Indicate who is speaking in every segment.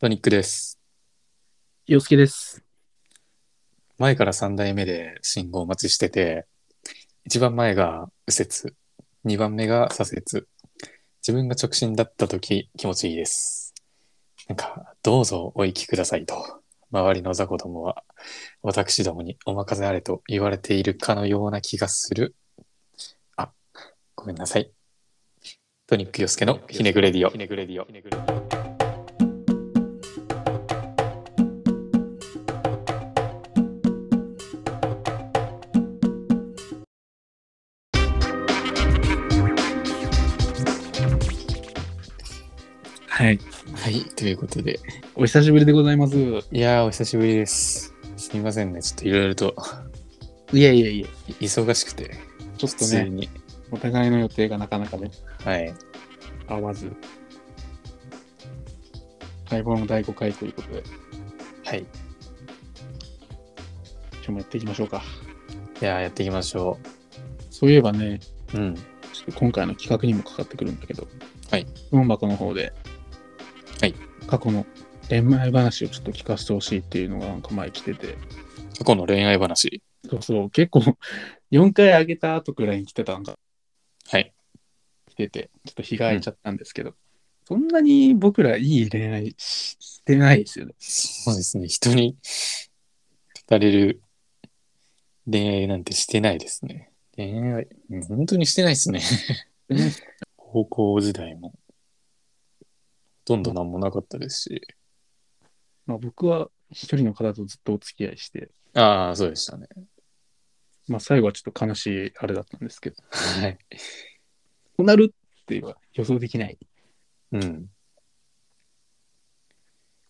Speaker 1: トニックです。
Speaker 2: 洋介です。
Speaker 1: 前から3代目で信号待ちしてて、一番前が右折、二番目が左折。自分が直進だった時気持ちいいです。なんか、どうぞお行きくださいと、周りの雑魚どもは私どもにお任せあれと言われているかのような気がする。あ、ごめんなさい。トニック・ヨスケのひねぐレディオ。ひねぐレディオ。
Speaker 2: はい。
Speaker 1: はい、ということで。
Speaker 2: お久しぶりでございます。い
Speaker 1: いやー、お久しぶりです。すみませんね、ちょっといろいろと
Speaker 2: えいえいえ、
Speaker 1: い忙しくて、
Speaker 2: ちょっ
Speaker 1: 普
Speaker 2: と
Speaker 1: 通
Speaker 2: ね、
Speaker 1: に。
Speaker 2: お互いの予定がなかなかね、
Speaker 1: はい。
Speaker 2: 合わず。待望の第5回ということで、
Speaker 1: はい。い
Speaker 2: 今日もやっていきましょうか。
Speaker 1: やー、やっていきましょ
Speaker 2: そういえばね、
Speaker 1: う。うん。
Speaker 2: ちょっと今回の企画にもかかってくるんだけど、
Speaker 1: はい。
Speaker 2: 本箱の方で、
Speaker 1: はい。
Speaker 2: 過去の恋愛話をちょっと聞かせてほしいっていうのがなんか前来てて、
Speaker 1: 過去の恋愛話。
Speaker 2: そうそう、結構4回あげた後くらいに来てたんか
Speaker 1: はい。
Speaker 2: 来てて、ちょっと日が空いちゃったんですけど、そんなに僕らいい恋愛してないですよね。
Speaker 1: そうですね、人に 語れる恋愛なんてしてないですね。恋愛、うん本当にしてないですね。 高校時代も。ほとんど何もなかったですし。
Speaker 2: まあ、僕は一人の方とずっとお付き合いして、
Speaker 1: ああ、そうでしたね。
Speaker 2: まあ、最後はちょっと悲しいあれだったんですけど、
Speaker 1: はい。
Speaker 2: こうなるっていうのは予想できない
Speaker 1: うん。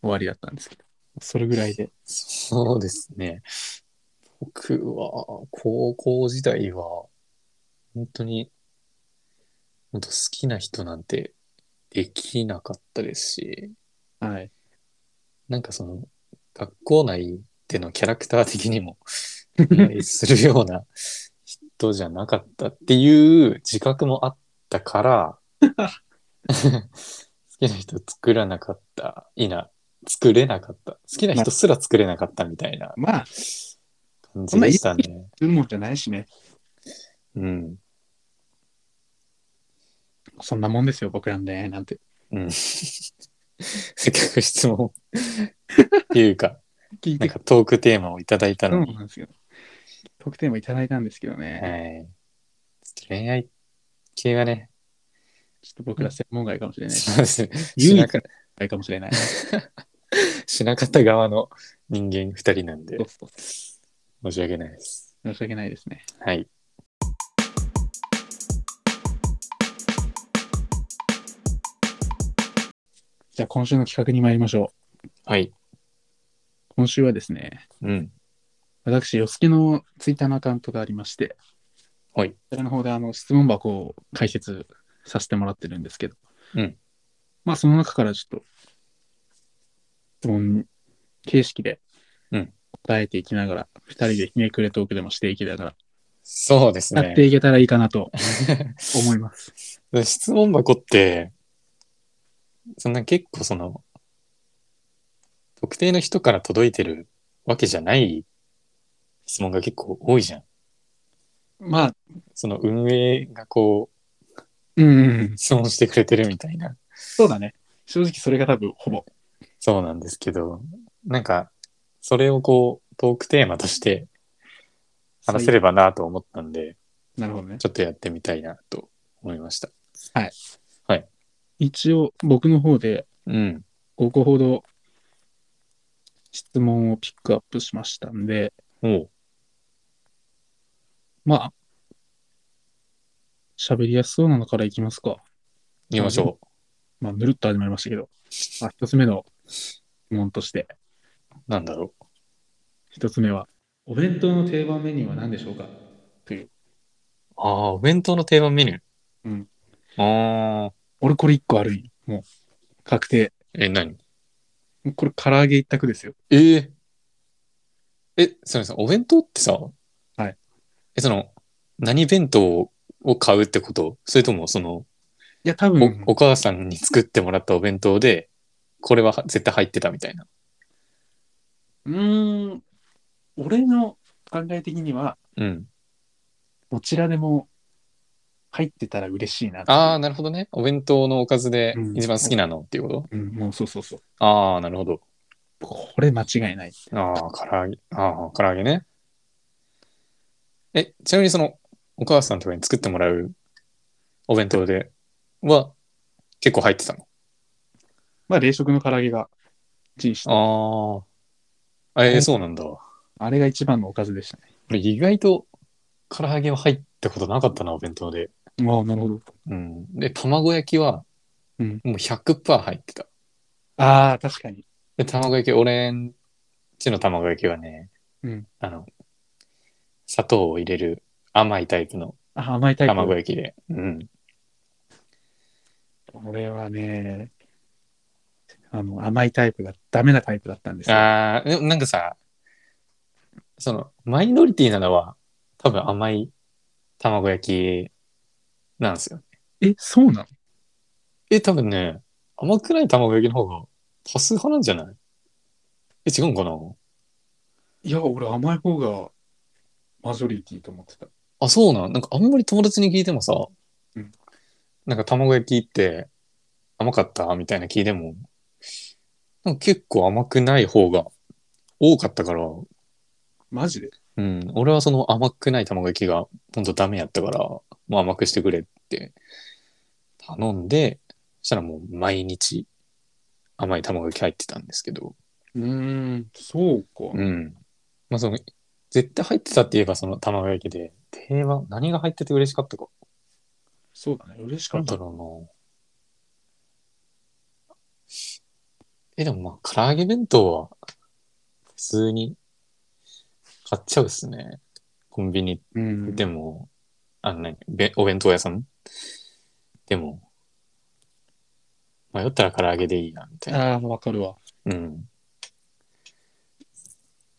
Speaker 2: 終わりだったんですけど、それぐらいで。
Speaker 1: そうですね。僕は、高校時代は、本当に、本当好きな人なんてできなかったですし、
Speaker 2: はい。
Speaker 1: なんかその、学校内でのキャラクター的にも、 恋愛するような人じゃなかったっていう自覚もあったから、 好きな人作らなかった、いいな、作れなかった、好きな人すら作れなかったみたいな
Speaker 2: まあ、
Speaker 1: 感じでしたね。
Speaker 2: そういうもんじゃないしね、
Speaker 1: うん。
Speaker 2: そんなもんですよ、僕らの恋愛なんて。
Speaker 1: うん。せっかく質問っていう か、
Speaker 2: 聞い
Speaker 1: な
Speaker 2: て
Speaker 1: んかトークテーマをいただいた
Speaker 2: そう
Speaker 1: の
Speaker 2: な
Speaker 1: に、
Speaker 2: んですよ。特典もいただいたんですけど
Speaker 1: は
Speaker 2: ね、
Speaker 1: い。ちょっと恋愛系がね、
Speaker 2: ちょっと僕ら専門外かもしれないし、
Speaker 1: そうですねし
Speaker 2: 唯
Speaker 1: な
Speaker 2: 一
Speaker 1: か
Speaker 2: 外かも しれない。
Speaker 1: しなかった側の人間2人なんで
Speaker 2: そう、そう
Speaker 1: 申し訳ないです。
Speaker 2: 申し訳ないですね。
Speaker 1: はい。
Speaker 2: じゃあ今週の企画に参りましょ
Speaker 1: はい。
Speaker 2: う。今週はですね、
Speaker 1: うん。
Speaker 2: 私、よすけのツイッターのアカウントがありまして、
Speaker 1: はい。
Speaker 2: こちらの方であの質問箱を解説させてもらってるんですけど、
Speaker 1: うん
Speaker 2: まあその中からちょっと質問形式で
Speaker 1: うん
Speaker 2: 答えていきながら、二人でひねくれトークでもしていきなが
Speaker 1: そうです
Speaker 2: ら、やって
Speaker 1: ね。
Speaker 2: いけたらいいかなと思 います。
Speaker 1: 質問箱って、そんな結構その、特定の人から届いてるわけじゃない質問が結構多いじゃん。
Speaker 2: まあ、
Speaker 1: その運営がこ
Speaker 2: うんうんうん
Speaker 1: う、、質問してくれてるみたいな。
Speaker 2: そうだね。正直それが多分ほぼ。
Speaker 1: そうなんですけど、なんか、それをこう、トークテーマとして話せればなと思ったんで、
Speaker 2: なるほどね。
Speaker 1: ちょっとやってみたいなと思いました。
Speaker 2: 一応僕の方で
Speaker 1: うん。
Speaker 2: 5個ほど質問をピックアップしましたんで、
Speaker 1: おう
Speaker 2: まあ、喋りやすそうなのからいきますか。
Speaker 1: 行きましょ
Speaker 2: まあ、ぬるっと始まりましたけど、まあ、一つ目の質問として、
Speaker 1: う。なんだろ
Speaker 2: 一つ目は、お弁当の定番メニューは何でしょうかという。
Speaker 1: う。ああ、お弁当の定番メニュー。
Speaker 2: うん。
Speaker 1: ああ、
Speaker 2: 俺これ一個あるんよもう、確定。
Speaker 1: え、何
Speaker 2: もうこれ唐揚げ一択ですよ。
Speaker 1: えええ、すみません、お弁当ってさ、
Speaker 2: はい。
Speaker 1: え、その、何弁当を買うってことそれとも、その、
Speaker 2: いや、多
Speaker 1: お
Speaker 2: 分、
Speaker 1: お母さんに作ってもらったお弁当で、これは絶対入ってたみたいな。
Speaker 2: うーん、俺の考え的には、
Speaker 1: うん。
Speaker 2: どちらでも入ってたら嬉しいなっていう
Speaker 1: ああ、なるほどね。お弁当のおかずで
Speaker 2: うん
Speaker 1: 一番好きなのっていうこと、
Speaker 2: うん、もうそうそうそう。
Speaker 1: ああ、なるほど。
Speaker 2: これ間違いない。
Speaker 1: ああ、唐揚げ。ああ、唐揚げね。え、ちなみにその、お母さんとかに作ってもらうお弁当では結構入ってたの
Speaker 2: まあ、冷食の唐揚げがチンして、
Speaker 1: ああ。えーそうなんだ。
Speaker 2: あれが一番のおかずでしたね。
Speaker 1: 俺意外と唐揚げは入ったことなかったな、お弁当で。
Speaker 2: ああ、なるほど。
Speaker 1: うん。で、卵焼きは、
Speaker 2: うん
Speaker 1: もう100%入ってた。
Speaker 2: ああ、確かに。
Speaker 1: で、卵焼き、俺んちの卵焼きはね、
Speaker 2: うん
Speaker 1: あの、砂糖を入れる甘いタイプの
Speaker 2: あ甘いタイプ。
Speaker 1: 卵焼きで。うん。
Speaker 2: 俺はね、あの、甘いタイプがダメなタイプだったんですよ。
Speaker 1: あーでもなんかさ、その、マイノリティなのは、多分甘い卵焼きなんですよ。
Speaker 2: え、そうなの
Speaker 1: え、多分ね、甘くない卵焼きの方が多数派なんじゃないえ、違うんかない
Speaker 2: や、俺甘い方がマジョリティと思ってた。
Speaker 1: あ、そうなん。なんかあんまり友達に聞いてもさ、
Speaker 2: うん
Speaker 1: なんか卵焼きって甘かったみたいな聞いても、なんか結構甘くない方が多かったから、う
Speaker 2: マジで
Speaker 1: ん、俺はその甘くない卵焼きがほんとダメやったから、もう甘くしてくれって頼んで、そしたらもう毎日甘い卵焼き入ってたんですけど、
Speaker 2: うーん、そうか。
Speaker 1: うん。まあその、絶対入ってたって言えばその卵焼きで、定番、何が入ってて嬉しかったか。
Speaker 2: そうだね。嬉しか
Speaker 1: なん
Speaker 2: った
Speaker 1: だ。ろうな。え、でもまあ、唐揚げ弁当は、普通に買っちゃうっすね。コンビニ
Speaker 2: うん
Speaker 1: でも、あの何、べお弁当屋さんでも、迷ったら唐揚げでいいな、みたいな。
Speaker 2: ああ、わかるわ。
Speaker 1: うん。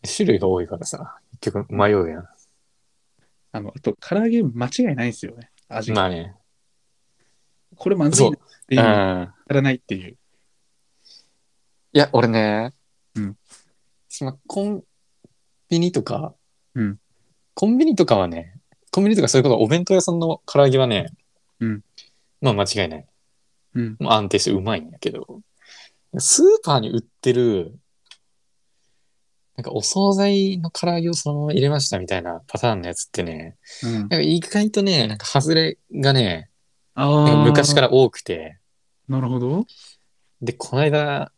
Speaker 1: 種類が多いからさ、結局迷うやん。
Speaker 2: あの、あと、唐揚げ間違いないですよね。味が。
Speaker 1: まあね。
Speaker 2: これまずいなっ
Speaker 1: う
Speaker 2: ていう、や
Speaker 1: ん。
Speaker 2: らないっていう。
Speaker 1: いや、俺ね、
Speaker 2: うん
Speaker 1: そのコンビニとか、
Speaker 2: うん
Speaker 1: コンビニとかはね、コンビニとかそういうことお弁当屋さんの唐揚げはね、
Speaker 2: うん
Speaker 1: まあ間違いない。
Speaker 2: うん。
Speaker 1: まあ安定してうまいんだけど、スーパーに売ってる、なんかお惣菜の唐揚げをそのまま入れましたみたいなパターンのやつってね、
Speaker 2: うん、
Speaker 1: なんか意外とね、なんか外れがね、なん
Speaker 2: あ
Speaker 1: か
Speaker 2: あ、
Speaker 1: 昔から多くて、
Speaker 2: なるほど。
Speaker 1: で、この間、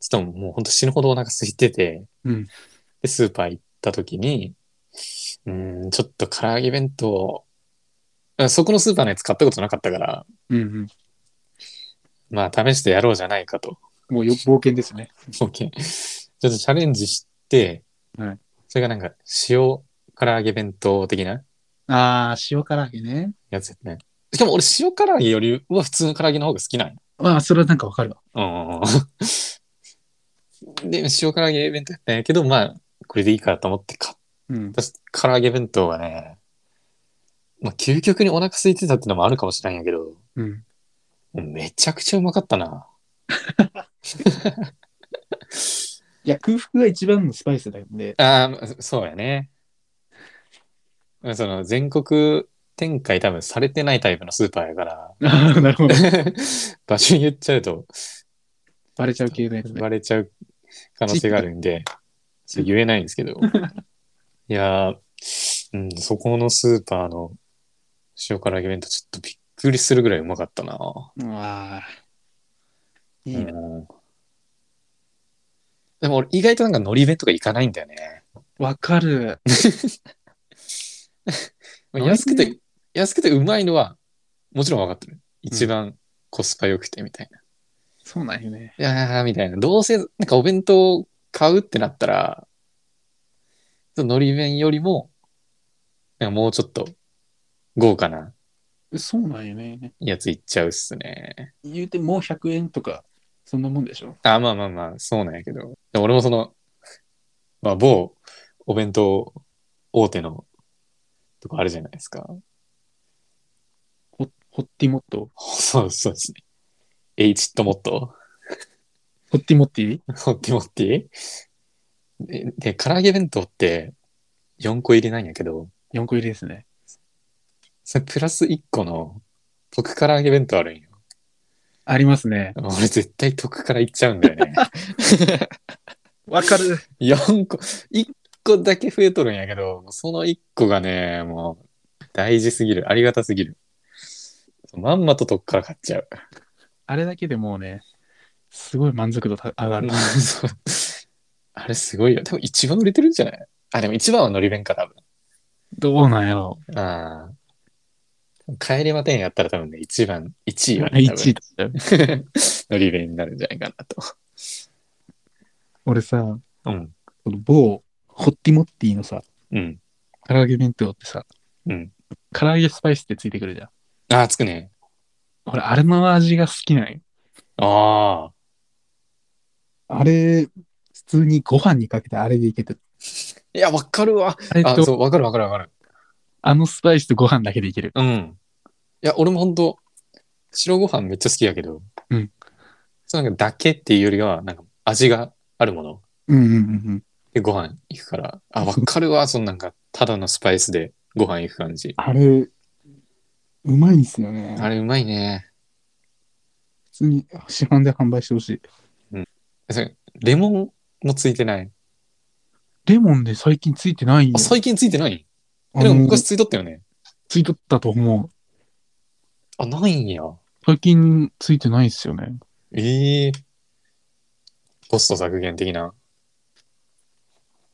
Speaker 1: ちょっともうほんと死ぬほどお腹空いてて、
Speaker 2: うん
Speaker 1: で、スーパー行った時に、うーん、ちょっと唐揚げ弁当、あそこのスーパーのやつ買ったことなかったから、
Speaker 2: うんうん。
Speaker 1: まあ試してやろうじゃないかと。
Speaker 2: もうよ冒険ですね。
Speaker 1: OK ちょっとチャレンジして、
Speaker 2: はい
Speaker 1: それがなんか塩唐揚げ弁当的な
Speaker 2: ああ、塩唐揚げね。
Speaker 1: やつやね。しかも俺塩唐揚げよりは普通の唐揚げの方が好きなんよ
Speaker 2: まあ、それはなんかわかるわ。
Speaker 1: うんうんうん。で、塩唐揚げ弁当やったんやけど、まあ、これでいいからと思って買っ
Speaker 2: うん。
Speaker 1: 私、唐揚げ弁当はね、まあ、究極にお腹空いてたってのもあるかもしれんやけど、も
Speaker 2: うん。
Speaker 1: うめちゃくちゃうまかったな。
Speaker 2: いや、空腹が一番のスパイスなん で。
Speaker 1: ああ、そうやね。その、全国展開多分されてないタイプのスーパーや から、
Speaker 2: ああ、なるほど。
Speaker 1: 場所言っちゃうと
Speaker 2: バレちゃう系のやつね。
Speaker 1: バレちゃう可能性があるんで、ちょっと言えないんですけ ど。いやー、うん、そこのスーパーの塩唐揚げ弁当ちょっとびっくりするぐらいうまかったな。
Speaker 2: うわあ。いいな。
Speaker 1: うんでも俺意外となんか海苔弁とか行かないんだよね。
Speaker 2: わかる。
Speaker 1: まあ安く
Speaker 2: 海
Speaker 1: て、安くてうまいのはもちろん分かってる。一番コスパ良くてみたいな。
Speaker 2: そうなんよね。
Speaker 1: いやーみたいな。どうせなんかお弁当買うってなったら、その海苔弁よりも、なんかもうちょっと豪華な
Speaker 2: そうなんよね。
Speaker 1: やつ行っちゃうっすね。
Speaker 2: 言うてもう100円とか、そんなもんでしょ。
Speaker 1: あ、まあまあまあ、そうなんやけど。でも俺もその、まあ、某お弁当大手のとこあるじゃないですか。
Speaker 2: ホホッティモット。
Speaker 1: そうそうですね。H ともっと。
Speaker 2: ホッティモッティ
Speaker 1: ホッティモッティでで、唐揚げ弁当って4個入りなんやけど、
Speaker 2: ?4 個入りですね。
Speaker 1: それプラス1個の特唐揚げ弁当あるんよ。
Speaker 2: ありますね。
Speaker 1: 俺絶対特からいっちゃうんだよね。
Speaker 2: わかる。
Speaker 1: 4個、1個だけ増えとるんやけど、その1個がね、もう大事すぎる。ありがたすぎる。まんまと特から買っちゃう。
Speaker 2: あれだけでもうね、すごい満足度た上がる。
Speaker 1: そうあれすごいよ。多分一番売れてるんじゃないあ、でも一番はのり弁か、多
Speaker 2: どうなんやろ
Speaker 1: 分。ああ。帰れまてんやったら多分ね、一番、 一位はね、多
Speaker 2: 1
Speaker 1: 分
Speaker 2: 位だったよ。
Speaker 1: のり弁になるんじゃないかなと。
Speaker 2: 俺さ、
Speaker 1: うん。
Speaker 2: この某、ホッティモッティのさ、
Speaker 1: うん。
Speaker 2: 唐揚げ弁当ってさ、
Speaker 1: うん。
Speaker 2: 唐揚げスパイスってついてくるじゃん。
Speaker 1: ああ、つくね。
Speaker 2: 俺、あれの味が好きなんよ。
Speaker 1: ああ。
Speaker 2: あれ、普通にご飯にかけてあれでいけてる。
Speaker 1: いや、わかるわ。
Speaker 2: あれ
Speaker 1: あ、
Speaker 2: と、
Speaker 1: そう、わかるわかるわかる。
Speaker 2: あのスパイスとご飯だけでいける。
Speaker 1: うん。いや、俺もほんと、白ご飯めっちゃ好きやけど、
Speaker 2: うん。
Speaker 1: そうなんかだけっていうよりは、なんか味があるもの
Speaker 2: うんうんうん。
Speaker 1: でご飯行くから、あ、わかるわ、そんなんか、ただのスパイスでご飯行く感じ。
Speaker 2: あれ、うまいんすよね
Speaker 1: あれうまいね。
Speaker 2: 普通に市販で販売してほしい。
Speaker 1: それレモンもついてない。
Speaker 2: レモンで最近ついてないんよ
Speaker 1: あ、最近ついてない
Speaker 2: あ
Speaker 1: でも
Speaker 2: の
Speaker 1: 昔ついとったよね。
Speaker 2: ついとったと思う。
Speaker 1: あ、ないんや。
Speaker 2: 最近ついてないっすよね。
Speaker 1: ええコスト削減的な。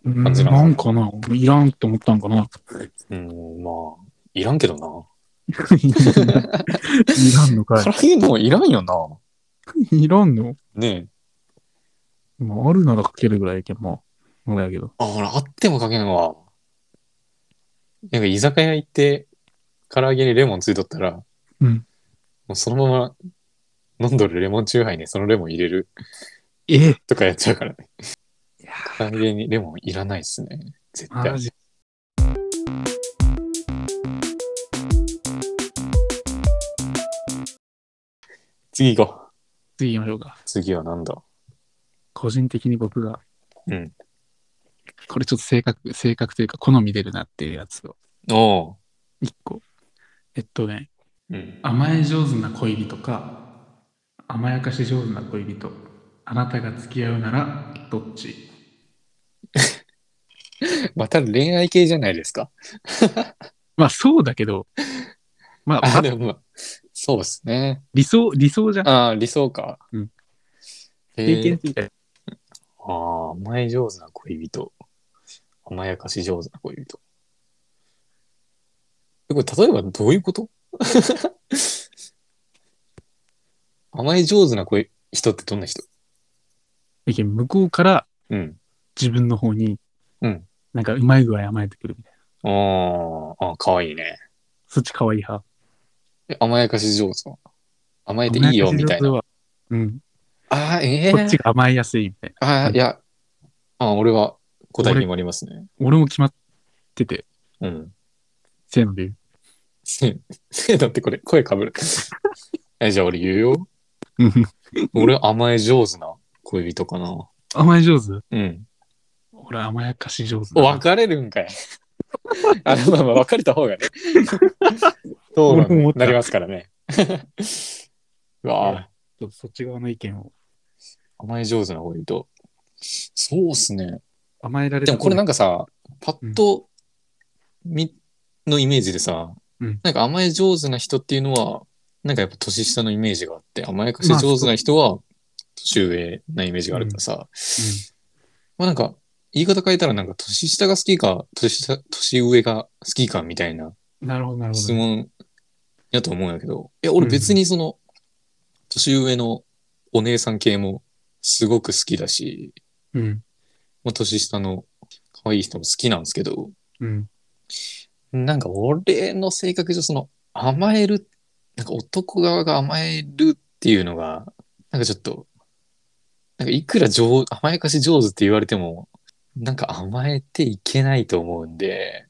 Speaker 2: うん、
Speaker 1: 感じなの
Speaker 2: なんかな俺いらんって思ったんか な
Speaker 1: うん、まあ、いらんけどな。
Speaker 2: いらんのか
Speaker 1: 唐揚げもいらんよな。
Speaker 2: い。いらんの
Speaker 1: ねえ。
Speaker 2: まあ、あるならかけるぐらいやけん、まあ。あれやけど。
Speaker 1: あ、俺、あってもかけんわ。なんか、居酒屋行って、唐揚げにレモンついとったら、
Speaker 2: うん
Speaker 1: もうそのまま飲んどるレモンチューハイにそのレモン入れる
Speaker 2: え
Speaker 1: とかやっちゃうからね。
Speaker 2: いや
Speaker 1: 唐揚げにレモンいらないっすね。絶対
Speaker 2: マ。ジ。
Speaker 1: 次行こう。
Speaker 2: 次行きましょうか。
Speaker 1: 次はなんだ
Speaker 2: 個人的に僕が。
Speaker 1: うん。
Speaker 2: これちょっと性格、性格というか好み出るなっていうやつを。
Speaker 1: お
Speaker 2: 一個。えっとね、
Speaker 1: う。うん。
Speaker 2: 甘え上手な恋人か、甘やかし上手な恋人。あなたが付き合うなら、どっち
Speaker 1: また恋愛系じゃないですか。
Speaker 2: まあそうだけど、まあ
Speaker 1: あ、でもまあ、そうですね。
Speaker 2: 理想、理想じゃん。
Speaker 1: ああ、理想か。
Speaker 2: うん。
Speaker 1: えー、
Speaker 2: 経験値みたいな。
Speaker 1: ああ、甘え上手な恋人。甘やかし上手な恋人。えこれ、例えばどういうこと 甘え上手な恋人ってどんな人
Speaker 2: いけ向こうから
Speaker 1: うん。
Speaker 2: 自分の方に、
Speaker 1: うん
Speaker 2: なんかうまい具合甘えてくるみたいな。
Speaker 1: あーあー、かわいいね。
Speaker 2: そっち可愛い派。
Speaker 1: え甘やかし上手は甘えていいよ、みたいな。
Speaker 2: な。うん。
Speaker 1: ああ、ええ
Speaker 2: こっちが甘えやすいみたいな。
Speaker 1: ああ、いや、ああ、俺は答え決まりますね。
Speaker 2: 俺も決まってて、
Speaker 1: うん。
Speaker 2: せーので言う。
Speaker 1: せ、せ だってこれ、声かぶる。え、じゃあ俺言うよ。
Speaker 2: うん
Speaker 1: 俺甘え上手な恋人かな。
Speaker 2: 甘え上手
Speaker 1: うん。
Speaker 2: 俺甘やかし上手だな。
Speaker 1: 別れるんかい。 あの、まあまあ別れた 方がね。そう
Speaker 2: 俺も思った
Speaker 1: なりますからね。 うわ
Speaker 2: ちょっとそっち側の意見
Speaker 1: あ
Speaker 2: を。
Speaker 1: 甘え上手な恋人。そうっすね。
Speaker 2: 甘えられ
Speaker 1: でもこれなん
Speaker 2: か、
Speaker 1: かさ、パッと、み、のイメージでさ、
Speaker 2: うん
Speaker 1: なんか甘え上手な人っていうのは、なんかやっぱ年下のイメージがあって、甘やかし上手な人は年上なイメージがあるからさ、まあなんか、言い方変えたらなんか年下が好きか、年下、年上が好きかみたいな
Speaker 2: うんなるほど、なるほ
Speaker 1: 質
Speaker 2: ど。
Speaker 1: 問やと思うんやけど、いや、俺別にその、年上のお姉さん系もすごく好きだし、
Speaker 2: うん。
Speaker 1: まあ年下の可愛い人も好きなんですけど、
Speaker 2: うん。
Speaker 1: なんか俺の性格上その甘える、なんか男側が甘えるっていうのが、なんかちょっと、なんかいくら上甘やかし上手って言われても、なんか甘えていけないと思うんで、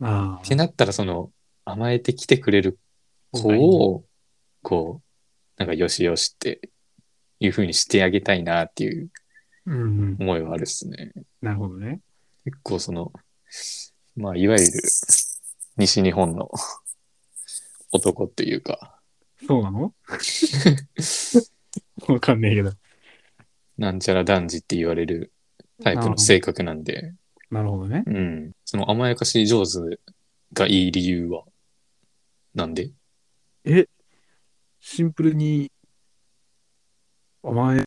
Speaker 2: あ
Speaker 1: ってなったらその甘えてきてくれる子
Speaker 2: はい
Speaker 1: を、こう、なんかよしよしっていう風にしてあげたいなっていう
Speaker 2: うんうん。
Speaker 1: 思いはあるっすね。
Speaker 2: なるほどね。
Speaker 1: 結構その、まあ、いわゆる西日本の男っていうか、
Speaker 2: そう なのわかんないけど。
Speaker 1: なんちゃら男児って言われるタイプの性格なんで、
Speaker 2: なるほどね。
Speaker 1: うん。その甘やかし上手がいい理由は、なんで
Speaker 2: え、シンプルに甘え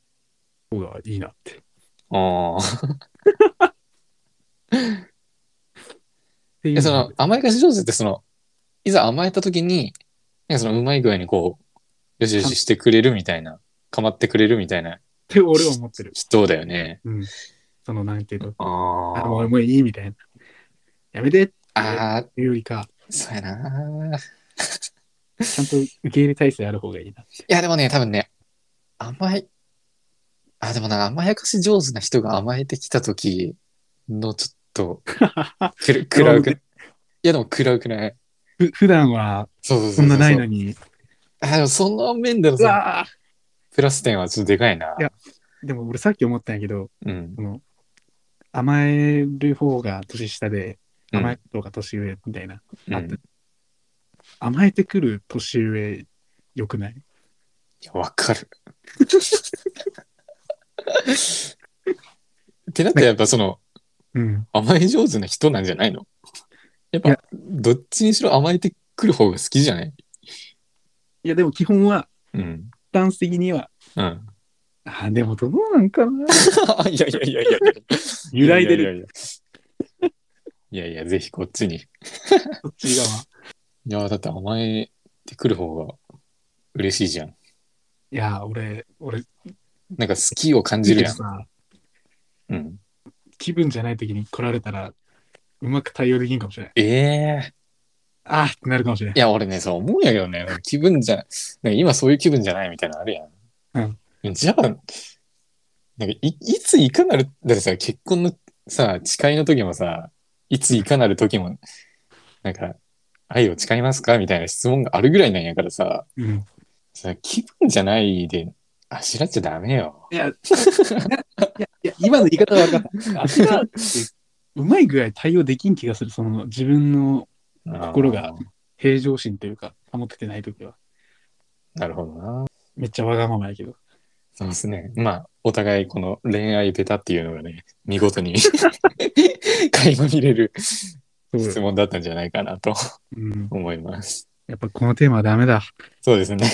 Speaker 2: 方がいいなって。
Speaker 1: ああ。
Speaker 2: っていう
Speaker 1: いやその甘やかし上手ってそのいざ甘えた時になんかそのうまい具合にこうよしよししてくれるみたいなかまってくれるみたいな
Speaker 2: って俺は思ってる。
Speaker 1: 人だよね。
Speaker 2: うん。その、なんていうと、
Speaker 1: あ
Speaker 2: あ、
Speaker 1: ー
Speaker 2: もうもういいみたいな。やめてっ
Speaker 1: あー
Speaker 2: ていうよりか、
Speaker 1: そうやな。い
Speaker 2: ちゃんと受け入れ体制ある方がいいな。
Speaker 1: やでもね多分ね甘いあでもな甘やかし上手な人が甘えてきた時のちょっとくるくらうくないいやでもくらうくない
Speaker 2: ふ普段は
Speaker 1: そうそうそう
Speaker 2: そ
Speaker 1: うん
Speaker 2: なないのに。
Speaker 1: あでもその面での
Speaker 2: う
Speaker 1: その
Speaker 2: わ
Speaker 1: プラス点はちょっとでかいない
Speaker 2: やーでも俺さっき思ったんやけど、
Speaker 1: うん
Speaker 2: その甘える方が年下で、
Speaker 1: うん
Speaker 2: 甘える方が年上みたいな。
Speaker 1: うん
Speaker 2: あった甘えてくる年上、よくない
Speaker 1: いやわか る。ってなったらやっぱその
Speaker 2: うん。
Speaker 1: 甘え上手な人なんじゃないのやっ
Speaker 2: い
Speaker 1: ぱ
Speaker 2: や
Speaker 1: どっちにしろ甘えてくる方が好きじゃない
Speaker 2: いや、でも基本は、
Speaker 1: うん。
Speaker 2: 一般的には、
Speaker 1: うん。
Speaker 2: あ、でもどうなんかな
Speaker 1: いやいやいやいや。
Speaker 2: 揺らいでる、
Speaker 1: る。いやいや、ぜひこっちに。い
Speaker 2: そっち側。
Speaker 1: や、だって甘えてくる方が嬉しいじゃん。
Speaker 2: いやー、俺、俺、
Speaker 1: なんか好きを感じるやん。
Speaker 2: さ
Speaker 1: うん。
Speaker 2: 気分じゃない時に来られたら、うまく対応できんかもしれない。
Speaker 1: ええ
Speaker 2: あーってなるかもしれない
Speaker 1: い。や、俺ね、そう思うんやけどね、気分じゃ、なんか今そういう気分じゃないみたいなのあるやん。うん。じゃあ、なんかいいついかなる、だってさ、結婚のさ、誓いの時もさ、いついかなる時も、なんか、愛を誓いますかみたいな質問があるぐらいなんやからさ、
Speaker 2: うん。
Speaker 1: さ気分じゃないで、あしらっちゃダメよ。
Speaker 2: いや、いや、いや今の言い方は悪かった。あしらってうまいぐらい対応できん気がする。その、自分の心が
Speaker 1: あー。
Speaker 2: 平常心というか、保ててない時は。
Speaker 1: なるほどな。
Speaker 2: めっちゃわがままやけど。
Speaker 1: そうですね。まあ、お互いこの恋愛ベタっていうのがね、見事 に垣間見れる
Speaker 2: そう
Speaker 1: 質
Speaker 2: よ。
Speaker 1: 問だったんじゃないかなと
Speaker 2: うん。
Speaker 1: 思います。
Speaker 2: やっぱこのテーマはダメだ。
Speaker 1: そうですね。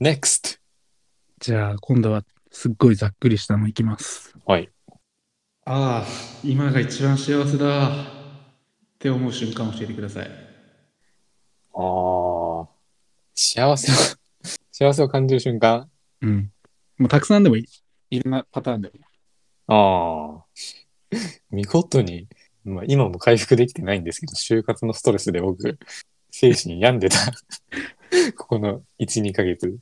Speaker 1: NEXT!
Speaker 2: じゃあ、今度は、すっごいざっくりしたのいきます。
Speaker 1: はい。
Speaker 2: ああ、今が一番幸せだ。って思う瞬間教えてください。
Speaker 1: ああ。幸せを、幸せを感じる瞬間
Speaker 2: うん。もうたくさんでもいい。いろんなパターンでもいい。
Speaker 1: ああ。見事に、まあ、今も回復できてないんですけど、就活のストレスで僕、精神病んでた。 ここの1、2ヶ月。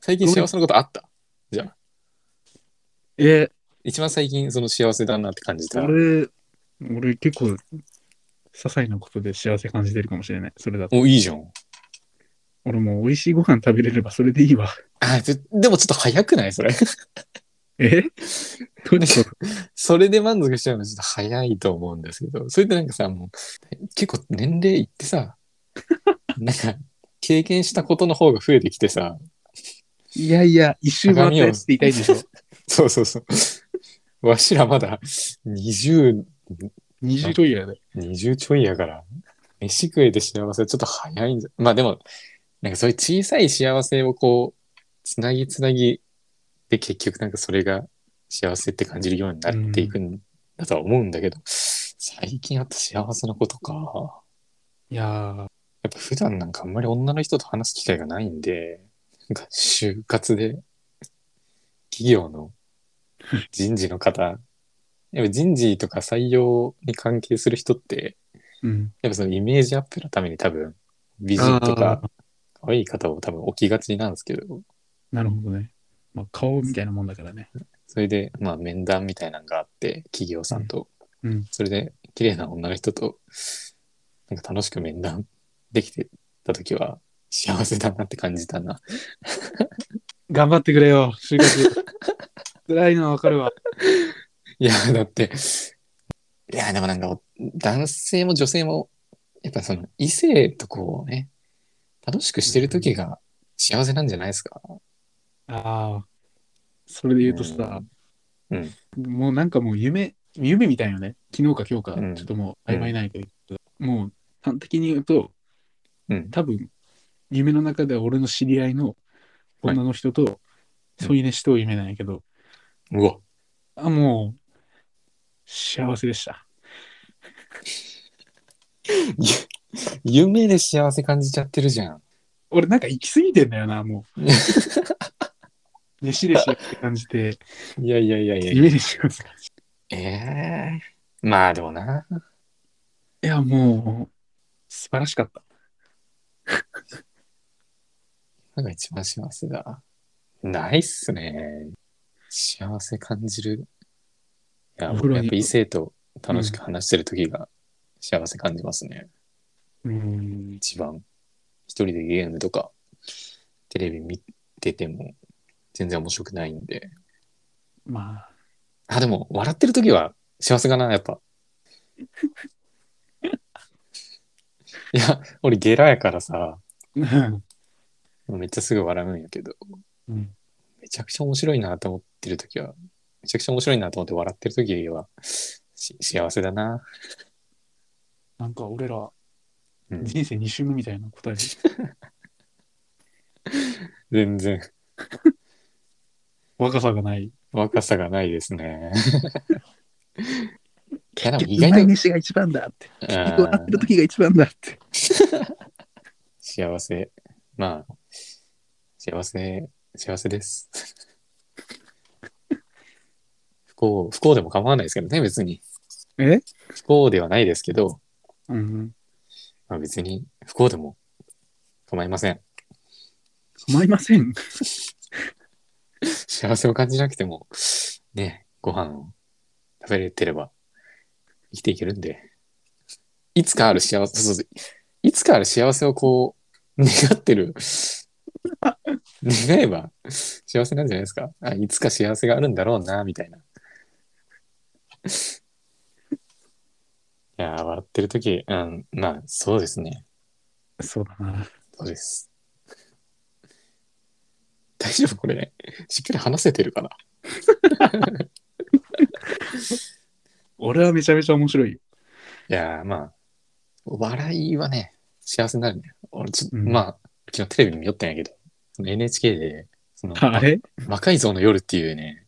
Speaker 1: 最近幸せなことあった
Speaker 2: え
Speaker 1: 一番最近その幸せだなって感じた。
Speaker 2: 俺、俺結構、些細なことで幸せ感じてるかもしれない。それだと。
Speaker 1: お、いいじゃん。
Speaker 2: 俺もう美味しいご飯食べれればそれでいいわ。
Speaker 1: あ、ででもちょっと早くないそれ。
Speaker 2: えとにかく、
Speaker 1: それで満足しちゃうのちょっと早いと思うんですけど、それってなんかさ、もう、結構年齢いって さ、なんか、経験したことの方が増えてきてさ、
Speaker 2: いやいや、一周回ったやつって言いたいんでしょ。
Speaker 1: そうそうそう。わしらまだ20、
Speaker 2: 二重トイレで。
Speaker 1: 20ちょいやから、飯食えて幸せはちょっと早いんじゃ、まあでも、なんかそういう小さい幸せをこう、つなぎつなぎで結局なんかそれが幸せって感じるようになっていくんだとは思うんだけど、最近あった幸せなことか。
Speaker 2: いやー、
Speaker 1: やっぱ普段なんかあんまり女の人と話す機会がないんで、なんか就活で、企業の人事の方、やっぱ人事とか採用に関係する人って、
Speaker 2: うん。
Speaker 1: やっぱそのイメージアップのために多分、美人とか可愛い方を多分置きがちなんですけど、
Speaker 2: なるほどね。まあ、顔みたいなもんだからね。
Speaker 1: それでまあ面談みたいなのがあって、企業さんと。
Speaker 2: うんうん
Speaker 1: それで綺麗な女の人となんか楽しく面談できてた時は幸せだなって感じたな。
Speaker 2: 頑張ってくれよ、就活。 辛いのはわかるわ。
Speaker 1: いや、だって、いや、でもなんかお男性も女性も、やっぱその異性とこうね、楽しくしてる時が幸せなんじゃないですか。
Speaker 2: ああ。それで言うとさ、
Speaker 1: うん。
Speaker 2: もうなんかもう夢、夢みたいよね。昨日か今日か、
Speaker 1: うん
Speaker 2: ちょっともう曖昧ないけど、もう端的に言うと、
Speaker 1: うん。
Speaker 2: 多分、夢の中では俺の知り合いの女の人と、添い寝しとう夢なんやけど、
Speaker 1: うわ。
Speaker 2: あ、もう、幸せでした。
Speaker 1: 夢で幸せ感じちゃってるじゃん。
Speaker 2: 俺なんか行き過ぎてんだよな、も う。ねしでしって感じて、
Speaker 1: いやいやいやいや。
Speaker 2: 夢でしますか。
Speaker 1: ええまあでもな。
Speaker 2: いや、もう、素晴らしかった。
Speaker 1: なんか一番幸せだ。ないっすね。幸せ感じる。いや、
Speaker 2: お風
Speaker 1: 僕
Speaker 2: 呂に
Speaker 1: やっぱ異性と楽しく話してる時が幸せ感じますね。
Speaker 2: うん。
Speaker 1: 一番。一人でゲームとか、テレビ見てても全然面白くないんで。
Speaker 2: ま あ、
Speaker 1: あ、でも、笑ってる時は幸せかな、やっぱ。いや、俺ゲラやからさ、
Speaker 2: うん
Speaker 1: めっちゃすぐ笑うんやけど、
Speaker 2: うん
Speaker 1: めちゃくちゃ面白いなと思ってる時は、めちゃくちゃ面白いなと思って笑ってる時は、し幸せだな。
Speaker 2: なんか俺ら、
Speaker 1: うん
Speaker 2: 人生2周目みたいな 答え。
Speaker 1: 全然
Speaker 2: 若さがない。
Speaker 1: 若さがないですね。いやでも意
Speaker 2: 意
Speaker 1: 外
Speaker 2: 外
Speaker 1: と
Speaker 2: と。飯が一番だって。笑
Speaker 1: う
Speaker 2: っ
Speaker 1: ん
Speaker 2: てる時が一番だって。
Speaker 1: 幸せ。まあ、幸せ、幸せです。 不幸、不幸でも構わないですけどね、別に。
Speaker 2: え
Speaker 1: 不幸ではないですけど、
Speaker 2: うん。
Speaker 1: まあ、別に不幸でも構いません。
Speaker 2: 構いません。
Speaker 1: 幸せを感じなくても、ね、ご飯を食べれてれば生きていけるんで、いつかある幸せ、そうそういつかある幸せをこう、願ってる。 願えば幸せなんじゃないですかあ。いつか幸せがあるんだろうな、みたいな。いやー、笑ってる時うん、まあ、そうですね。
Speaker 2: そうだな。
Speaker 1: そうです。大丈夫これ、しっかり話せてるかな
Speaker 2: 俺はめちゃめちゃ面白いよ。
Speaker 1: いやー、まあ、笑いはね、幸せになるね。俺ちょ、
Speaker 2: うん
Speaker 1: まあ、昨日テレビ見よったんやけど、その NHK で、その、
Speaker 2: あれ
Speaker 1: 魔改造の夜っていうね、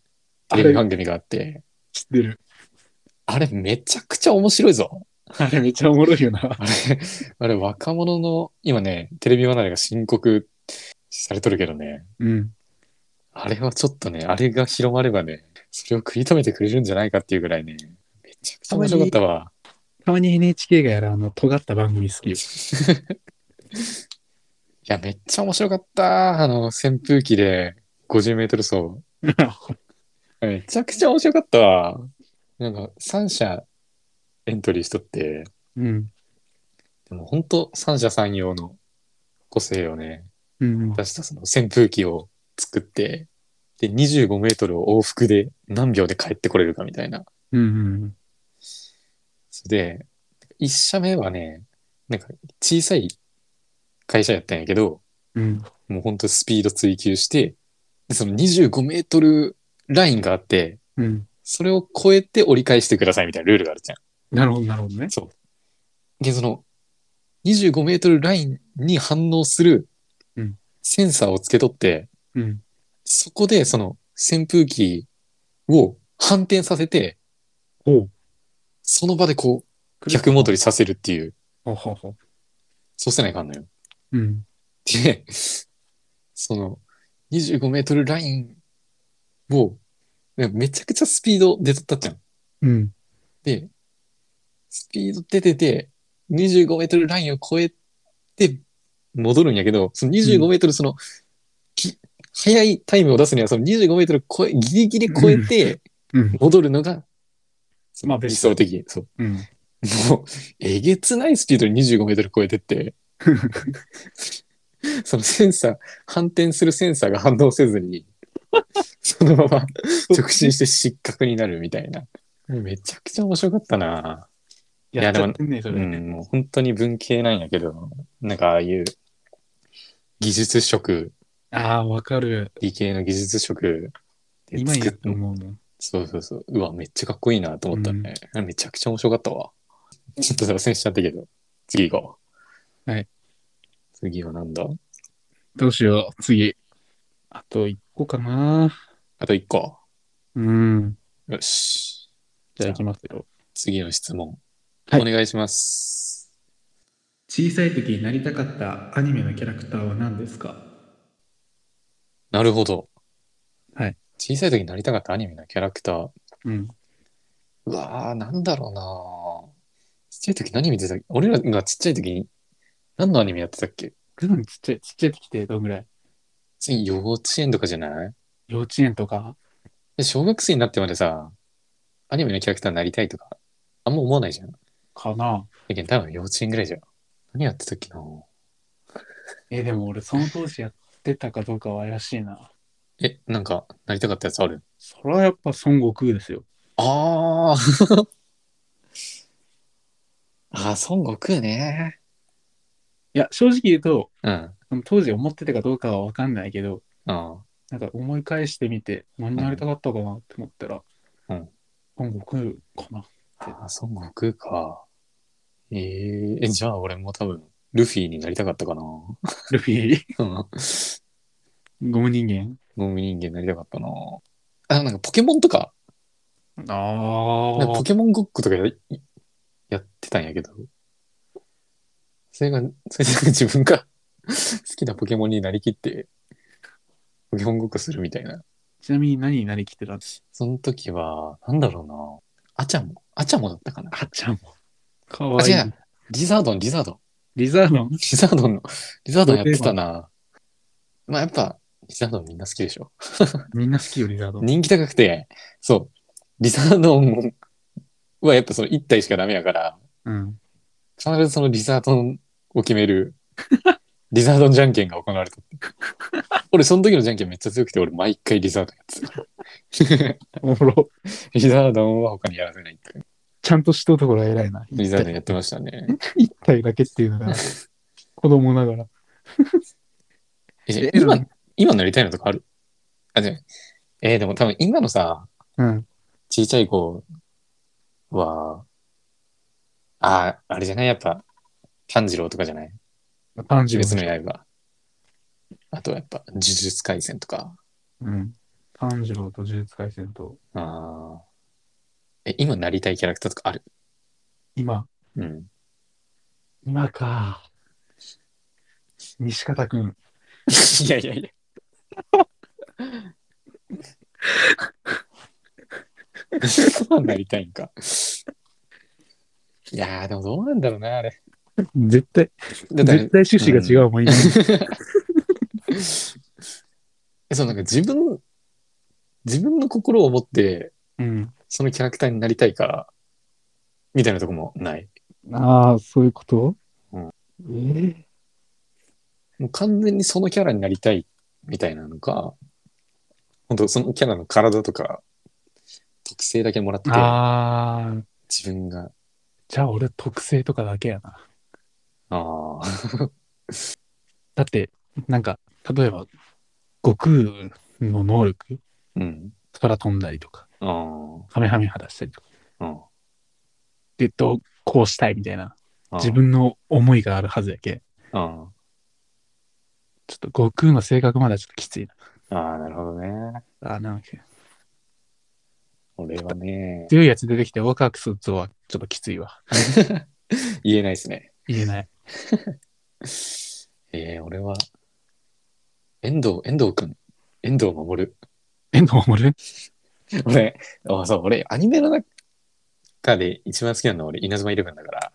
Speaker 1: テレビ番組があって、
Speaker 2: 知ってる。
Speaker 1: あれめちゃくちゃ面白いぞ。
Speaker 2: あれめっちゃおもろいよな。
Speaker 1: あれ、あれ若者の、今ね、テレビ離れが深刻されとるけどね、
Speaker 2: うん。
Speaker 1: あれはちょっとね、あれが広まればね、それを食い止めてくれるんじゃないかっていうぐらいね、めちゃくちゃ面白かったわ。
Speaker 2: たまに NHK がやるあの、尖った番組好きよ。
Speaker 1: いや、めっちゃ面白かった。あの、扇風機で50メートル走。めちゃくちゃ面白かったわ。なんか、3社エントリーしとって、
Speaker 2: うん。
Speaker 1: でも本当三者三様の個性をね、
Speaker 2: うん。
Speaker 1: 出したその扇風機を作って、で、25メートルを往復で何秒で帰ってこれるかみたいな。
Speaker 2: うん。
Speaker 1: それで、1社目はね、なんか小さい会社やったんやけど、
Speaker 2: うん。
Speaker 1: もう本当スピード追求して、でその25メートルラインがあって、
Speaker 2: うん。
Speaker 1: それを超えて折り返してくださいみたいなルールがあるじゃん。
Speaker 2: なるほど、なるほどね。
Speaker 1: で、その、25メートルラインに反応する
Speaker 2: うん
Speaker 1: センサーをつけとって、
Speaker 2: うん。
Speaker 1: そこでその扇風機を反転させて、
Speaker 2: おう。
Speaker 1: その場でこう、逆戻りさせるっていう、
Speaker 2: ほうほうほ
Speaker 1: そうせないかんのよ。
Speaker 2: う。うん。
Speaker 1: で、その、25メートルラインを、めちゃくちゃスピード出とったじゃん。
Speaker 2: うん。
Speaker 1: で、スピード出てて、25メートルラインを超えて戻るんやけど、その25メートルその、き速いタイムを出すには、その25メートル超え、ギリギリ超えて
Speaker 2: うん。
Speaker 1: 戻るのが、その
Speaker 2: まあベ
Speaker 1: 理
Speaker 2: スト
Speaker 1: 想的。そう。
Speaker 2: うん。
Speaker 1: もう、えげつないスピードで25メートル超えてって、 そのセンサー、反転するセンサーが反応せずに、そのまま直進して失格になるみたいな。めちゃくちゃ面白かったな。
Speaker 2: やっちゃってんね、それ。
Speaker 1: うん、もう本当に文系なんやけど、なんかああいう技術職、
Speaker 2: ああ、わかる。
Speaker 1: 理系の技術職で
Speaker 2: 今
Speaker 1: 作
Speaker 2: や
Speaker 1: っ
Speaker 2: と思うもん。
Speaker 1: そうそうそう。うわ、めっちゃかっこいいなと思ったね。めちゃくちゃ面白かったわ。ちょっと脱線しちゃったけど、次行こう。
Speaker 2: はい。
Speaker 1: 次はなんだ
Speaker 2: どうしよう、次。あと一個かな。
Speaker 1: あと1個。
Speaker 2: うん。
Speaker 1: よし。
Speaker 2: じゃあ行きますよ。
Speaker 1: 次の質問。
Speaker 2: はい
Speaker 1: お願いします。
Speaker 2: 小さい時になりたかったアニメのキャラクターは何ですか
Speaker 1: なるほど。
Speaker 2: はい。
Speaker 1: 小さい時になりたかったアニメのキャラクター。
Speaker 2: うん。
Speaker 1: うわー、なんだろうなちっちゃい時何見てたっけ俺らがちっちゃい時に何のアニメやってたっけ
Speaker 2: 普段ちっちゃい、ちっちゃい時ってどんぐらい
Speaker 1: 次幼稚園とかじゃない
Speaker 2: 幼稚園とか
Speaker 1: で小学生になってまでさ、アニメのキャラクターになりたいとか、あんま思わないじゃん。
Speaker 2: かな
Speaker 1: だけど多分幼稚園ぐらいじゃん。何やってたっけな
Speaker 2: えーでも俺その当時やってたかどうかは怪しいな。
Speaker 1: え、なんか、なりたかったやつある
Speaker 2: それはやっぱ孫悟空ですよ。
Speaker 1: あー あー、孫悟空ね。
Speaker 2: いや、正直言うと、
Speaker 1: うん。あ
Speaker 2: その当時思ってたかどうかはわかんないけど、
Speaker 1: あ。
Speaker 2: なんか思い返してみて、何になりたかったかなって思ったら、
Speaker 1: うん
Speaker 2: 孫悟空かな。
Speaker 1: あー、孫悟空か。えー、え、じゃあ俺も多分、ルフィになりたかったかな。
Speaker 2: ルフィ、
Speaker 1: うん。
Speaker 2: ゴム人間
Speaker 1: ゴミ人間になりたかったな。あ、なんかポケモンとか、なんか
Speaker 2: あ
Speaker 1: ポケモンごっことかややってたんやけど。それが、それでなんか自分が 好きなポケモンになりきって、ポケモンごっこするみたいな。
Speaker 2: ちなみに何になりきってたんです
Speaker 1: その時は、なんだろうな。アチャモアチャモだったかな
Speaker 2: あちゃんも。かわいい
Speaker 1: あ違。うリザードン、リザードン。
Speaker 2: リザードン
Speaker 1: リザードンの、リザードンやってたな。まあやっぱ、リザードンみんな好きでしょ。
Speaker 2: みんな好きよ、リザードン。
Speaker 1: 人気高くて、そう。リザードンはやっぱその1体しかダメやから、
Speaker 2: うん。
Speaker 1: 必ずそのリザードンを決める、リザードンじゃんけんが行われた。俺、その時のじゃんけんめっちゃ強くて、俺、毎回リザードンやってた。
Speaker 2: おもろ。
Speaker 1: リザードンは他にやらせないって。
Speaker 2: ちゃんとしとうところは偉いな。
Speaker 1: リザードンやってましたね。
Speaker 2: 一体だけっていうのが、子供ながら。
Speaker 1: えじゃあ
Speaker 2: え
Speaker 1: 今、今のやりたいのとかあるあ、じゃあえーでも多分今のさ、
Speaker 2: うん。
Speaker 1: ちいちゃい子は、あー、あれじゃないやっぱ、炭治郎とかじゃない
Speaker 2: 炭治
Speaker 1: 鬼
Speaker 2: 郎
Speaker 1: 滅の刃。あとはやっぱ、呪術廻戦とか。
Speaker 2: うん。炭治郎と呪術廻戦と、
Speaker 1: ああ。え、今なりたいキャラクターとかある
Speaker 2: 今、
Speaker 1: うん。
Speaker 2: 今か。西方くん。
Speaker 1: いやい やいや。そうなりたいんか。いやー、でもどうなんだろうな、あれ。
Speaker 2: 絶対、
Speaker 1: だってあれ
Speaker 2: 対趣
Speaker 1: 旨
Speaker 2: うもん、今。
Speaker 1: えそう、なんか自分、自分の心を持って、
Speaker 2: うん。
Speaker 1: そのキャラクターになりたいから、みたいなとこもない。
Speaker 2: ああ、そういうこと
Speaker 1: うん
Speaker 2: ええ
Speaker 1: もう完全にそのキャラになりたいみたいなのか、本当そのキャラの体とか、特性だけもらって、
Speaker 2: ああ、
Speaker 1: 自分が、
Speaker 2: じゃあ俺特性とかだけやな。
Speaker 1: ああ、
Speaker 2: だって、なんか、例えば、悟空の能力、
Speaker 1: うん、
Speaker 2: 空飛んだりとか、
Speaker 1: ああ、
Speaker 2: カメハメハ出したりとか、
Speaker 1: うん。
Speaker 2: で、どう、こうしたいみたいな、
Speaker 1: あー
Speaker 2: 自、分の思いがあるはずやけん。
Speaker 1: あ
Speaker 2: ちょっと悟空の性格まだちょっときつい
Speaker 1: あ、ああなるほどね。
Speaker 2: な。あなんか
Speaker 1: 俺はね、
Speaker 2: 強いやつ出てきてワクワクするとはちょっときついわ。
Speaker 1: 言えないですね。
Speaker 2: 言えない。
Speaker 1: えー、俺は、遠藤、遠藤くん。遠藤守る。
Speaker 2: 遠藤守
Speaker 1: 俺、あそう、俺、アニメの中で一番好きなのは俺、稲妻イレブンだから、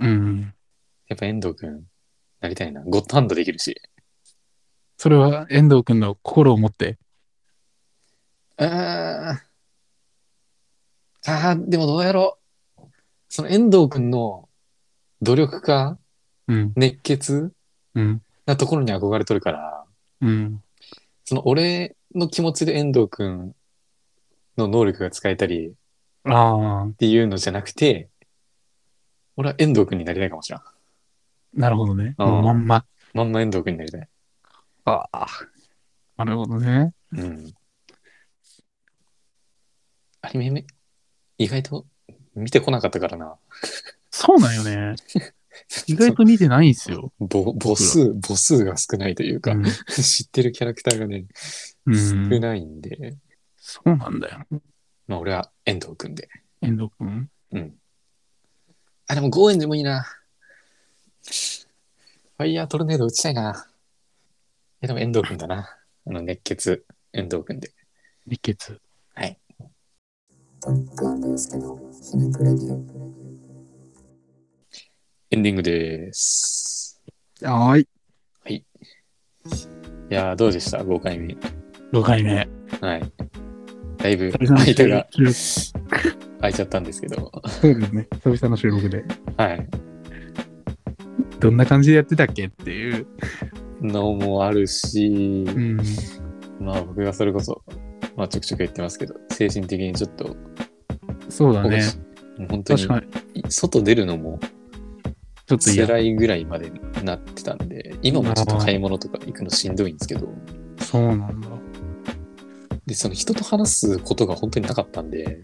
Speaker 2: うん。
Speaker 1: やっぱ遠藤くん、なりたいな。ゴッドハンドできるし。
Speaker 2: それは遠藤君の心を持って。
Speaker 1: あーあー、でもどうやろう。その遠藤くんの努力家、
Speaker 2: うん。
Speaker 1: 熱血
Speaker 2: うん。
Speaker 1: なところに憧れとるから、
Speaker 2: うん。
Speaker 1: その俺の気持ちで遠藤くんの能力が使えたりっ
Speaker 2: ああ、
Speaker 1: ていうのじゃなくて、俺は遠藤くんになりたいかもしれん。
Speaker 2: なるほどね。
Speaker 1: うん
Speaker 2: もうまんま。
Speaker 1: まんま遠藤くんになりたい。
Speaker 2: ああ。なるほどね。
Speaker 1: うん。アニメめ、意外と見てこなかったからな。
Speaker 2: そうなんよね。意外と見てないんすよ。
Speaker 1: ぼ母数、母数が少ないという
Speaker 2: う
Speaker 1: か、
Speaker 2: ん。
Speaker 1: 知ってるキャラクターがね、
Speaker 2: う
Speaker 1: 少
Speaker 2: ん、
Speaker 1: ないんで、
Speaker 2: そうなんだよ。
Speaker 1: まあ俺は遠藤くんで。
Speaker 2: 遠藤くん。
Speaker 1: うん。あ、でもゴーエンでもいいな。ファイヤートルネード打ちたいな。え、でも遠藤くんだな。あの熱血、遠藤くんで。
Speaker 2: 熱血。
Speaker 1: はい。エンディングです。
Speaker 2: はい。
Speaker 1: いやー、どうでした ?5 回目。
Speaker 2: 5回目。
Speaker 1: はい。だいぶ
Speaker 2: 久々の
Speaker 1: 間
Speaker 2: 収
Speaker 1: が
Speaker 2: 録
Speaker 1: 空いちゃったんですけど。
Speaker 2: そうですね。久々の収録で。
Speaker 1: はい。
Speaker 2: どんな感じでやってたっけっていう。
Speaker 1: のもあるし、
Speaker 2: うん。
Speaker 1: まあ僕がそれこそ、まあちょくちょく言ってますけど、精神的にちょっと、
Speaker 2: そうだね。
Speaker 1: もう本当に
Speaker 2: 確かに。
Speaker 1: 外出るのも
Speaker 2: ちょっと嫌。
Speaker 1: 辛いぐらいまでなってたんで、今もちょっと買い物とか行くのしんどいんですけど、
Speaker 2: そうなんだ。
Speaker 1: で、その人と話すことが本当になかったんで、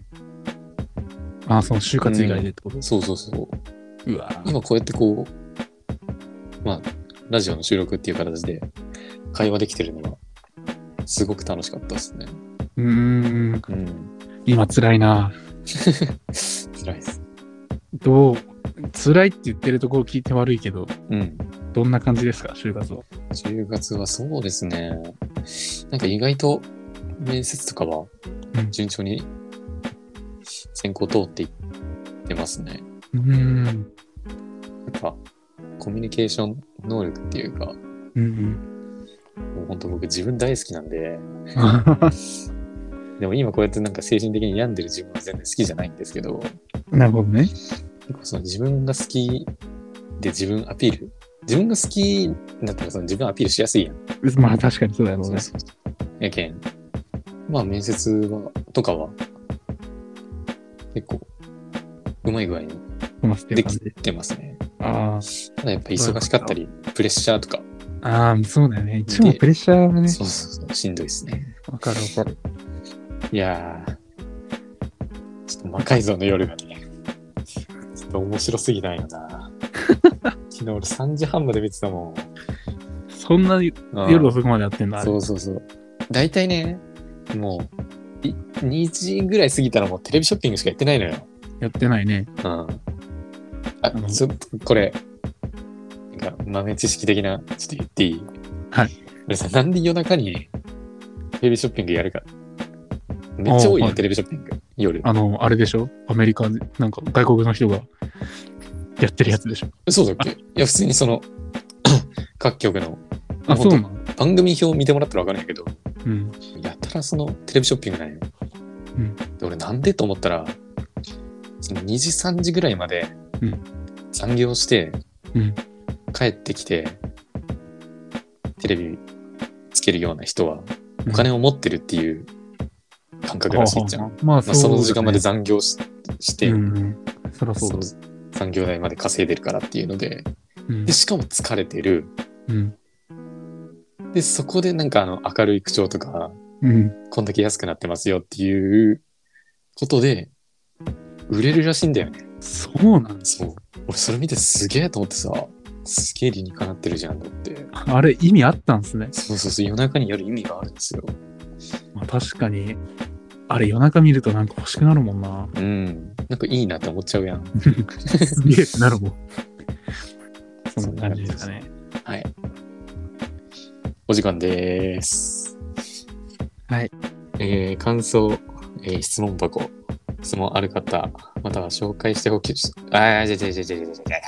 Speaker 2: あ、その就活以外でってこと
Speaker 1: そうそうそう。
Speaker 2: うわ
Speaker 1: 今こうやってこう、まあ、ラジオの収録っていう形で会話できてるのは、すごく楽しかったですね。
Speaker 2: うーん。
Speaker 1: うん。
Speaker 2: 今辛いな。
Speaker 1: 辛いです。
Speaker 2: どう辛いって言ってるところ聞いて悪いけど、
Speaker 1: うん。
Speaker 2: どんな感じですか、就活は。
Speaker 1: 10月はそうですね。なんか意外と面接とかは
Speaker 2: うん
Speaker 1: 順調に選考通っていってますね。
Speaker 2: うーん。
Speaker 1: やっぱコミュニケーション能力っていうか、も
Speaker 2: うん。
Speaker 1: う本当僕自分大好きなんで、
Speaker 2: な
Speaker 1: でも今こうやってなんか精神的に病んでる自分は全然好きじゃないんですけど、
Speaker 2: るほどね。
Speaker 1: 結構その自分が好きで自分アピール、自分が好きだったらその自分アピールしやすいやん。
Speaker 2: まあ確かにそうだろうね。
Speaker 1: そうそうやけん。まあ面接は、とかは、結構、うまい具合に
Speaker 2: コマスってい
Speaker 1: で
Speaker 2: う感
Speaker 1: き
Speaker 2: じ。
Speaker 1: てますね。
Speaker 2: あ
Speaker 1: ただやっぱ忙しかったり、プレッシャーとか、
Speaker 2: あ。ああ、そうだよね。一応プレッシャーがね。
Speaker 1: そうそうそう、しんどいですね。
Speaker 2: わかるわかる。
Speaker 1: いやー、ちょっと魔改造の夜がね、ちょっと面白すぎないよな。昨日俺3時半まで見てたもん。
Speaker 2: そんな
Speaker 1: うん
Speaker 2: 夜遅くまでやってんだ。あれ
Speaker 1: そうそうそう。大体ね、もう、い2時ぐらい過ぎたらもうテレビショッピングしかやってないのよ。
Speaker 2: やってないね。
Speaker 1: うんあ
Speaker 2: う、ん
Speaker 1: ちょっとこれ、なんか豆知識的な、ちょっと言っていい
Speaker 2: はい。
Speaker 1: 俺さ、なんで夜中にテレビショッピングやるか。めっちゃ多い
Speaker 2: あーは
Speaker 1: よ、
Speaker 2: い
Speaker 1: テレビショッピング。夜。
Speaker 2: あの、あれでしょアメリカで、なんか外国の人がやってるやつでしょ。
Speaker 1: そうだっけいや、普通にその、 各局の
Speaker 2: あ、
Speaker 1: ほん
Speaker 2: そう
Speaker 1: と
Speaker 2: なの
Speaker 1: 番組表見てもらったらわかるんやけど、
Speaker 2: うん。
Speaker 1: やたらそのテレビショッピングなんよ。
Speaker 2: うん
Speaker 1: で俺なんでと思ったら、その2時3時ぐらいまで
Speaker 2: うん
Speaker 1: 残業して、
Speaker 2: うん
Speaker 1: 帰ってきて、テレビつけるような人は
Speaker 2: うん
Speaker 1: お金を持ってるっていう感覚らしいじゃん。
Speaker 2: はあはあまあ
Speaker 1: まあ、その時間まで
Speaker 2: っ
Speaker 1: 残業しして、
Speaker 2: うんうん。そりゃそう
Speaker 1: そ
Speaker 2: だ
Speaker 1: の。残業代まで稼いでるからっていうので、
Speaker 2: うん
Speaker 1: で、しかも疲れてる。
Speaker 2: うん。
Speaker 1: で、そこでなんかあの明るい口調とか、
Speaker 2: うん。
Speaker 1: こんだけ安くなってますよっていうことで、売れるらしいんだよね。
Speaker 2: そうなんです。
Speaker 1: そう。俺それ見てすげえと思ってさ、すげえ理にかなってるじゃんと思って。
Speaker 2: あれ、意味あったんですね。
Speaker 1: そうそうそう、夜中にやる意味があるんですよ。
Speaker 2: まあ、確かに。あれ、夜中見るとなんか欲しくなるもんな。
Speaker 1: うん。なんかいいなって思っちゃうやん。
Speaker 2: すげえってなるもん。そんな感じですかね。
Speaker 1: はい。お時間です。
Speaker 2: はい。
Speaker 1: えー感想、えー質問箱、質問ある方、または紹介してほしい、あー、じゃじゃじゃじゃじゃじゃじゃじゃ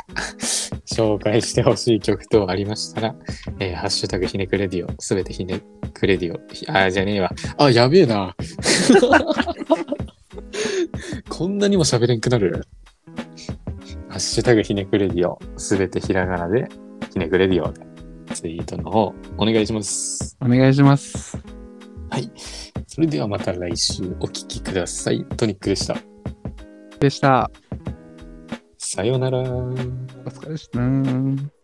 Speaker 1: 紹介してほしい曲等ありましたら、えーハッシュタグひねくれディオ、すべてひねくれディオ、ひあー、じゃねえわ。あ、やべえな。 こんなにも喋れんくなる。ハッシュタグひねくれディオ、すべてひらがなで、ひねくれディオで、ツイートの方、お願いします。
Speaker 2: お願いします。
Speaker 1: それではまた来週お聞きください。トニックでした。
Speaker 2: でした。
Speaker 1: さようなら。
Speaker 2: お疲れ様でした。